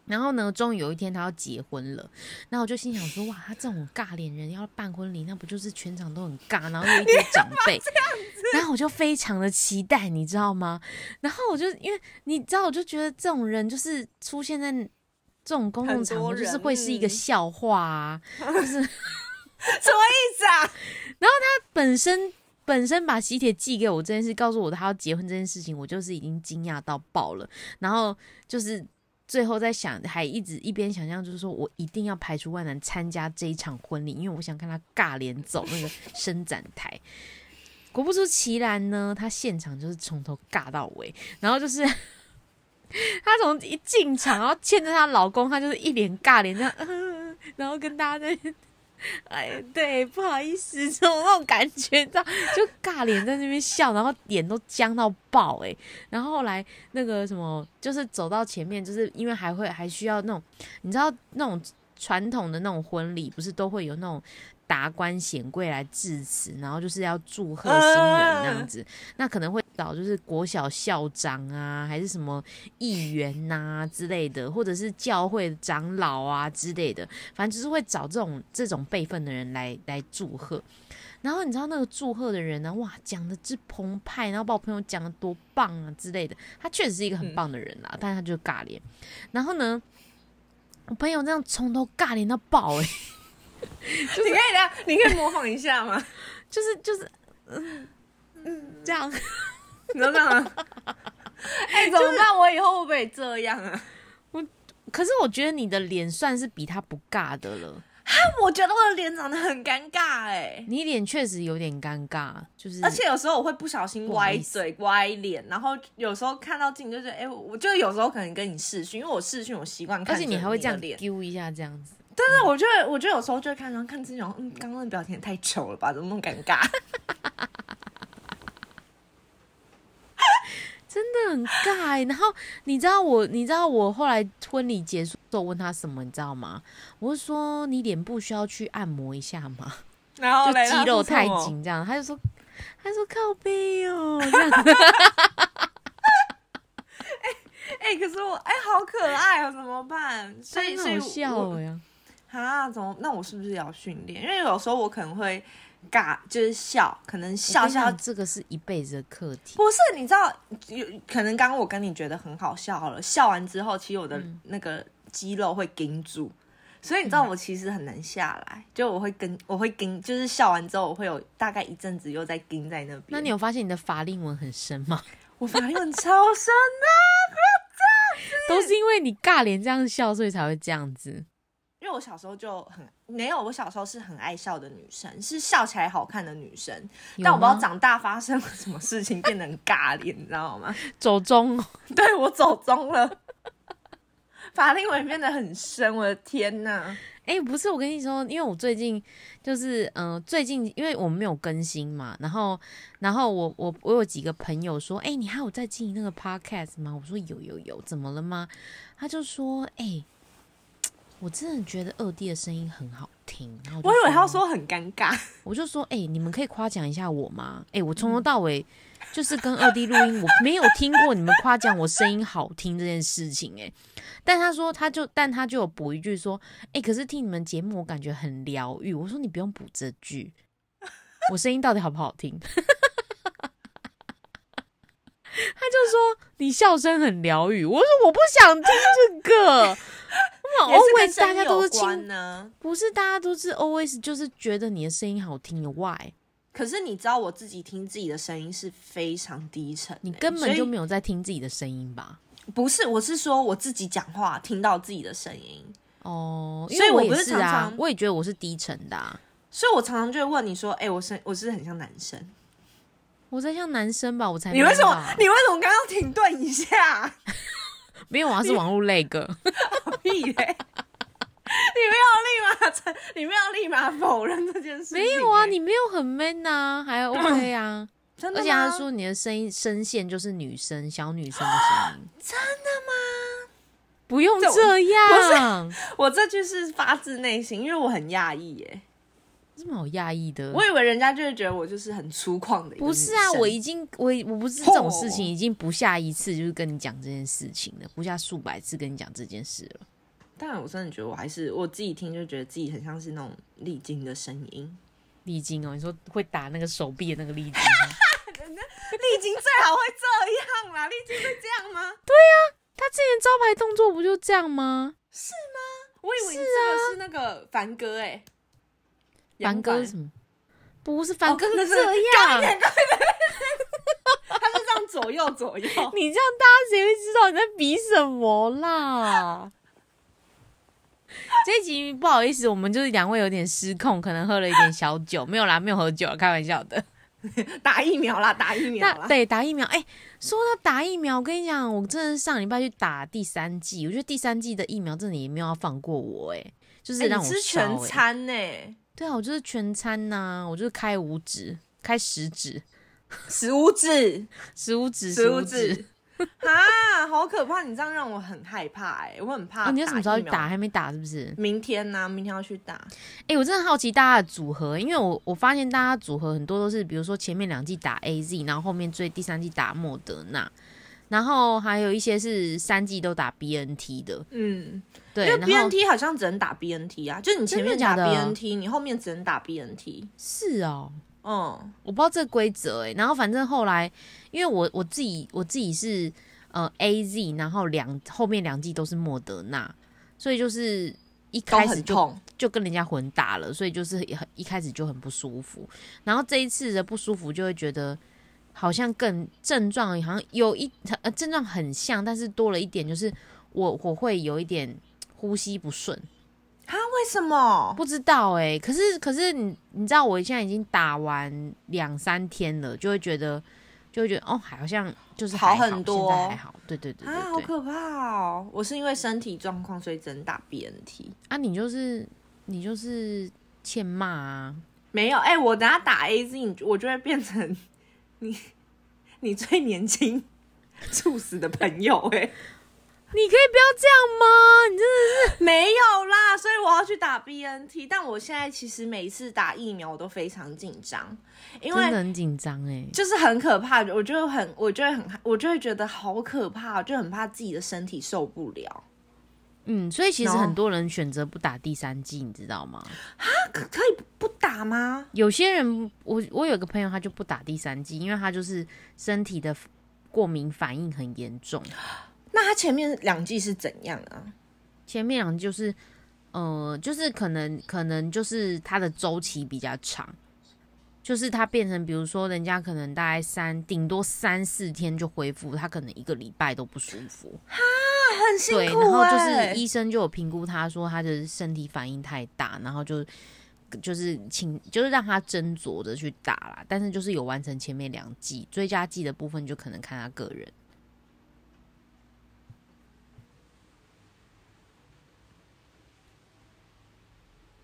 [SPEAKER 1] 然后呢，终于有一天他要结婚了，然后我就心想说，哇，他这种尬脸人要办婚礼，那不就是全场都很尬，然后又一堆长 辈，然后我就非常的期待，你知道吗？然后我就因为你知道，我就觉得这种人就是出现在这种公共
[SPEAKER 2] 很
[SPEAKER 1] 场
[SPEAKER 2] 多
[SPEAKER 1] 合，就是
[SPEAKER 2] 人
[SPEAKER 1] 会是一个
[SPEAKER 2] 嗯
[SPEAKER 1] 笑话啊。
[SPEAKER 2] 什么意思啊？
[SPEAKER 1] 本身本身把喜帖寄给我这件事，告诉我他要结婚这件事情，我就是已经惊讶到爆了。然后就是最后在想，还一直一边想象，就是说我一定要排除万难参加这一场婚礼，因为我想看他尬脸走那个伸展台。 果不出其然呢，他现场就是从头尬到尾，然后就是她从一进场，然后牵着她老公，她就是一脸尬脸这样，嗯然后跟大家在 哎，对，不好意思，这种那种感觉，到就尬脸在那边笑，然后脸都僵到爆哎、然后后来那个什么，就是走到前面，就是因为还会还需要那种，你知道那种传统的那种婚礼，不是都会有那种。达官显贵来致辞，然后就是要祝贺新人那样子，那可能会找就是国小校长啊，还是什么议员呐、之类的，或者是教会长老啊之类的，反正就是会找这种这种辈分的人来来祝贺。然后你知道那个祝贺的人呢、哇，讲的之澎湃，然后把我朋友讲的多棒啊之类的，他确实是一个
[SPEAKER 2] 嗯
[SPEAKER 1] 很棒的人啦，但是他就尬脸。然后呢，我朋友这样从头尬脸到爆、欸，
[SPEAKER 2] 你可以
[SPEAKER 1] 啊
[SPEAKER 2] 的， 你可以模仿一下吗？
[SPEAKER 1] 就是就是，嗯嗯，这样。
[SPEAKER 2] 你知道 吗？哎、怎么办？我以后会不会这样啊？
[SPEAKER 1] 可是我觉得你的脸算是比他不尬的了，
[SPEAKER 2] 我觉得我的脸长得很尴尬哎、
[SPEAKER 1] 你脸确实有点尴尬，就是
[SPEAKER 2] 而且有时候我会不小心
[SPEAKER 1] 不好
[SPEAKER 2] 歪
[SPEAKER 1] 意思
[SPEAKER 2] 嘴歪脸，然后有时候看到镜就是哎、我我就有时候可能跟你视讯，因为我视讯我习惯看
[SPEAKER 1] 而
[SPEAKER 2] 着
[SPEAKER 1] 且
[SPEAKER 2] 你
[SPEAKER 1] 你还会这
[SPEAKER 2] 的
[SPEAKER 1] 样
[SPEAKER 2] 脸，
[SPEAKER 1] 丢一下这样子。
[SPEAKER 2] 但是我觉得我觉得有时候就会看然后看自己，想嗯，刚刚的表情也太丑了吧，怎么那么尴尬？
[SPEAKER 1] 真的很尬、欸。然后你知道我，你知道我后来婚礼结束之后问他什么，你知道吗？我就说你脸部需要去按摩一下吗？
[SPEAKER 2] 然后
[SPEAKER 1] 就
[SPEAKER 2] 嘞
[SPEAKER 1] 肌肉太，
[SPEAKER 2] 然后是什么
[SPEAKER 1] 紧这样，他就说，他说靠背哦，这样
[SPEAKER 2] 哎、可是我哎、好可爱哦，怎么办？所以
[SPEAKER 1] 真的
[SPEAKER 2] 所以
[SPEAKER 1] 好
[SPEAKER 2] 我
[SPEAKER 1] 笑哎、呀。
[SPEAKER 2] 啊，怎么？那我是不是也要训练？因为有时候我可能会尬，就是笑，可能笑
[SPEAKER 1] 我跟你
[SPEAKER 2] 笑
[SPEAKER 1] 讲。这个是一辈子的课题。
[SPEAKER 2] 不是，你知道，有可能刚刚我跟你觉得很好笑好了，笑完之后，其实我的
[SPEAKER 1] 嗯
[SPEAKER 2] 那个肌肉会盯住，所以你知道我其实很难下来，就我会跟我会盯，就是笑完之后我会有大概一阵子又在盯在那边。
[SPEAKER 1] 那你有发现你的法令纹很深吗？
[SPEAKER 2] 我法令纹超深的，
[SPEAKER 1] 都是因为你尬脸这样笑，所以才会这样子。
[SPEAKER 2] 因为我小时候就很没有，我小时候是很爱笑的女生，是笑起来好看的女生，
[SPEAKER 1] 有
[SPEAKER 2] 但我不知道
[SPEAKER 1] 吗
[SPEAKER 2] 长大发生了什么事情变得很尬脸，你知道 吗？
[SPEAKER 1] 走中哦
[SPEAKER 2] 对我走中了，法令纹变得很深，我的天哪！
[SPEAKER 1] 哎、不是，我跟你说，因为我最近就是，嗯、最近因为我们没有更新嘛，然后，然后我我我有几个朋友说，哎、你还有在经营那个 podcast 吗？我说有有有，怎么了吗？他就说，哎、我真的觉得二弟的声音很好听。然后就
[SPEAKER 2] 我以为他说很尴尬，
[SPEAKER 1] 我就说，哎、你们可以夸奖一下我吗？哎、我
[SPEAKER 2] 嗯
[SPEAKER 1] 从头到尾就是跟二 D 录音，我没有听过你们夸奖我声音好听这件事情、哎，但他说，他就，但他就有补一句说，哎、可是听你们节目，我感觉很疗愈。我说你不用补这句，我声音到底好不好听？ 他就说你笑声很疗愈，我说我不想听这个。
[SPEAKER 2] 也是跟
[SPEAKER 1] always
[SPEAKER 2] 声
[SPEAKER 1] 大
[SPEAKER 2] 音
[SPEAKER 1] 家都
[SPEAKER 2] 有
[SPEAKER 1] 是清
[SPEAKER 2] 关呢。
[SPEAKER 1] 不是大家都是 always 就是觉得你的声音好听有 why？
[SPEAKER 2] 可是你知道，我自己听自己的声音是非常低沉的，
[SPEAKER 1] 你根本就
[SPEAKER 2] 所以
[SPEAKER 1] 没有在听自己的声音吧？
[SPEAKER 2] 不是，我是说我自己讲话听到自己的声音，
[SPEAKER 1] 哦，因
[SPEAKER 2] 所以
[SPEAKER 1] 为我
[SPEAKER 2] 我
[SPEAKER 1] 也
[SPEAKER 2] 不是
[SPEAKER 1] 是
[SPEAKER 2] 常
[SPEAKER 1] 啊，
[SPEAKER 2] 常
[SPEAKER 1] 我也觉得我是低沉的、啊，
[SPEAKER 2] 所以我常常就会问你说：“哎、我声我是不是很像男生？
[SPEAKER 1] 我在像男生吧，我才
[SPEAKER 2] 你为什
[SPEAKER 1] 哎没有啊
[SPEAKER 2] 么
[SPEAKER 1] 吧
[SPEAKER 2] 你为什么刚刚停顿一下？
[SPEAKER 1] 没有啊？是网络那个，
[SPEAKER 2] 屁嘞！你没有立马承，你没有立马否认这件事情欸、
[SPEAKER 1] 没有啊，你没有很 man 啊，还 OK 啊，
[SPEAKER 2] 嗯真的
[SPEAKER 1] 而且
[SPEAKER 2] 吗
[SPEAKER 1] 他说你的声音声线就是女生小女生的 声音，真的吗？不用
[SPEAKER 2] 这我
[SPEAKER 1] 这 样，
[SPEAKER 2] 我这句是发自内心，因为我很讶异耶，
[SPEAKER 1] 这么好压抑的，
[SPEAKER 2] 我以为人家就会觉得我就是很粗犷的一个
[SPEAKER 1] 嗯不是啊，
[SPEAKER 2] 女生
[SPEAKER 1] 我已经我已我不是这种事情，
[SPEAKER 2] 吼
[SPEAKER 1] 已经不下一次就是跟你讲这件事情了，不下数百次跟你讲这件事了。
[SPEAKER 2] 但我真的觉得我还是我自己听就觉得自己很像是那种历经的声音，
[SPEAKER 1] 丽晶哦，你说会打那个手臂的那个丽晶吗，
[SPEAKER 2] 历经最好会这样啦，历经会这样吗？
[SPEAKER 1] 他之前招牌动作不就这样吗？
[SPEAKER 2] 我以为你
[SPEAKER 1] 啊
[SPEAKER 2] 这个是那个凡哥哎、
[SPEAKER 1] 凡哥是
[SPEAKER 2] 是
[SPEAKER 1] 什么？不是凡哥
[SPEAKER 2] 哦
[SPEAKER 1] 是
[SPEAKER 2] 那是
[SPEAKER 1] 这样，
[SPEAKER 2] 他是这样左右左 右，
[SPEAKER 1] 你这样大家谁会知道你在比什么啦？这一集不好意思，我们就是两位有点失控，可能喝了一点小酒，没有啦，没有喝酒啊，开玩笑的。
[SPEAKER 2] 打疫苗啦，打疫苗
[SPEAKER 1] 那
[SPEAKER 2] 啦，
[SPEAKER 1] 对打疫苗，哎、说到打疫苗，我跟你讲，我真的是上礼拜去打第三剂，我觉得第三剂的疫苗真的也没有要放过我、哎，就是
[SPEAKER 2] 哎
[SPEAKER 1] 让
[SPEAKER 2] 你
[SPEAKER 1] 我
[SPEAKER 2] 吃
[SPEAKER 1] 烧、
[SPEAKER 2] 全
[SPEAKER 1] 哎
[SPEAKER 2] 餐呢、欸
[SPEAKER 1] 对啊，我就是全餐呐、我就是开五指，开十指，
[SPEAKER 2] 十五指，
[SPEAKER 1] 十五指，
[SPEAKER 2] 十五
[SPEAKER 1] 五
[SPEAKER 2] 指。啊，好可怕！你这样让我很害怕哎、我很怕、
[SPEAKER 1] 啊！你要什么时候去打？
[SPEAKER 2] 疫苗？
[SPEAKER 1] 还没打是不是？
[SPEAKER 2] 明天呢、明天要去打。
[SPEAKER 1] 哎、我真的好奇大家的组合，因为我我发现大家组合很多都是，比如说前面两季打 A Z，然后后面最第三季打莫德纳，然后还有一些是三季都打 B N T 的，
[SPEAKER 2] 嗯，
[SPEAKER 1] 对，
[SPEAKER 2] 因为
[SPEAKER 1] 然后
[SPEAKER 2] BNT 好像只能打 BNT 啊，就你前面打
[SPEAKER 1] 真的假的
[SPEAKER 2] BNT，你后面只能打 BNT。
[SPEAKER 1] 是哦，
[SPEAKER 2] 嗯，
[SPEAKER 1] 我不知道这规则哎，然后反正后来，因为我我自己我自己是呃 A Z，然后两后面两季都是莫德纳，所以就是一
[SPEAKER 2] 都
[SPEAKER 1] 开始
[SPEAKER 2] 很
[SPEAKER 1] 就
[SPEAKER 2] 痛。
[SPEAKER 1] 就跟人家混打了，所以就是也很一开始就很不舒服。然后这一次的不舒服就会觉得好像更症状好像有一呃症状很像，但是多了一点，就是我我会有一点呼吸不顺，
[SPEAKER 2] 啊？为什么？
[SPEAKER 1] 不知道哎、可是可是你你知道我现在已经打完两三天了，就会觉得就会觉得哦，好像就是还
[SPEAKER 2] 好很多
[SPEAKER 1] 现在还好，对对对对
[SPEAKER 2] 啊，好
[SPEAKER 1] 对。
[SPEAKER 2] 可怕哦！我是因为身体状况，所以只能打 BNT。
[SPEAKER 1] 啊，你就是你就是欠骂啊。
[SPEAKER 2] 没有，哎、我等下打 AZ，你我就会变成 你你最年轻 猝死的朋友、
[SPEAKER 1] 你可以不要这样吗？你真的
[SPEAKER 2] 哎，没有啦，所以我要去打 BNT。但我现在其实每一次打疫苗我都非常紧张，因
[SPEAKER 1] 真的
[SPEAKER 2] 为
[SPEAKER 1] 很紧张哎。
[SPEAKER 2] 就是很可怕，我就很我就会很我就会觉得好可怕，就很怕自己的身体受不了。
[SPEAKER 1] 嗯，所以其实
[SPEAKER 2] 然后
[SPEAKER 1] 很多人选择不打第三季，你知道吗？
[SPEAKER 2] 那可可以不打吗？
[SPEAKER 1] 有些人，我我有个朋友，他就不打第三季，因为他就是身体的过敏反应很严重。
[SPEAKER 2] 那他前面两季是怎样啊？
[SPEAKER 1] 前面两季就是，呃，就是可能可能就是它的周期比较长，就是它变成，比如说人家可能大概三顶多三四天就恢复，他可能一个礼拜都不舒服。
[SPEAKER 2] 很辛
[SPEAKER 1] 对，
[SPEAKER 2] 苦、
[SPEAKER 1] 然
[SPEAKER 2] 欸，
[SPEAKER 1] 后就是医生就有评估他说他的身体反应太大，然后就就是请就是让他斟酌着去打啦，但是就是有完成前面两季，追加剂的部分就可能看他个人。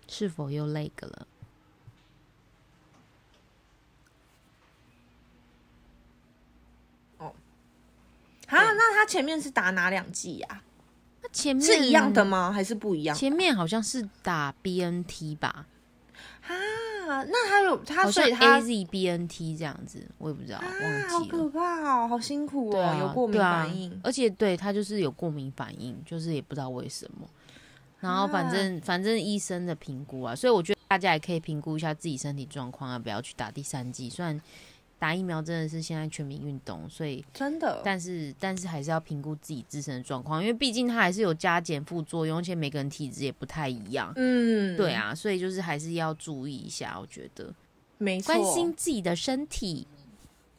[SPEAKER 1] 是否又累个了？
[SPEAKER 2] 啊，那他前面是打哪两剂呀、
[SPEAKER 1] 那前面
[SPEAKER 2] 是一样的吗？还是不一样？
[SPEAKER 1] 前面好像是打 BNT 吧，
[SPEAKER 2] 啊，那他有他，
[SPEAKER 1] 好
[SPEAKER 2] 所
[SPEAKER 1] 像
[SPEAKER 2] 以他
[SPEAKER 1] AZ BNT 这样子，我也不知道，
[SPEAKER 2] 啊，
[SPEAKER 1] 忘
[SPEAKER 2] 好
[SPEAKER 1] 记了。
[SPEAKER 2] 可怕哦，好辛苦
[SPEAKER 1] 对
[SPEAKER 2] 哦，
[SPEAKER 1] 啊，
[SPEAKER 2] 有过敏
[SPEAKER 1] 对啊
[SPEAKER 2] 反应。
[SPEAKER 1] 而且对他就是有过敏反应，就是也不知道为什么。然后
[SPEAKER 2] 啊
[SPEAKER 1] 反正、反正医生的评估啊，所以我觉得大家也可以评估一下自己身体状况啊，不要去打第三剂。虽然打疫苗真的是现在全民运动，所以
[SPEAKER 2] 真的，
[SPEAKER 1] 但是但是还是要评估自己自身的状况，因为毕竟它还是有加减副作用，而且每个人体质也不太一样。
[SPEAKER 2] 嗯，
[SPEAKER 1] 对，啊，所以就是还是要注意一下，我觉得
[SPEAKER 2] 没错，
[SPEAKER 1] 关心自己的身体。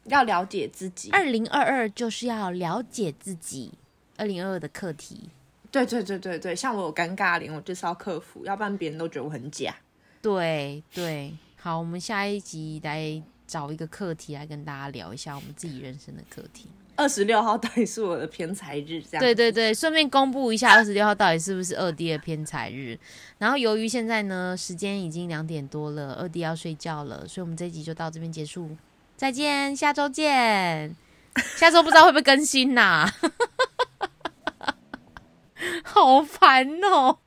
[SPEAKER 2] 要了解自己。
[SPEAKER 1] 二零二二就是要了解自己，二零二二的课题。
[SPEAKER 2] 对对对对对，像我有尴尬脸，我就是要克服，要不然别人都觉得我很假。
[SPEAKER 1] 对对，好，我们下一集来找一个课题来跟大家聊一下我们自己人生的课题。
[SPEAKER 2] 二十六号到底是我的偏财日，这样
[SPEAKER 1] 对对对，顺便公布一下二十六号到底是不是二 D 的偏财日。然后由于现在呢时间已经两点多了，二 D 要睡觉了，所以我们这一集就到这边结束，再见，下 周见。下周不知道会不会更新呐、 好烦哦。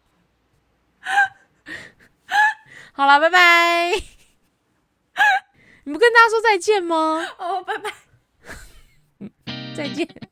[SPEAKER 1] 好了，拜拜。 你不跟大家说再见吗？
[SPEAKER 2] 哦，拜拜。
[SPEAKER 1] 再见。
[SPEAKER 2] 哦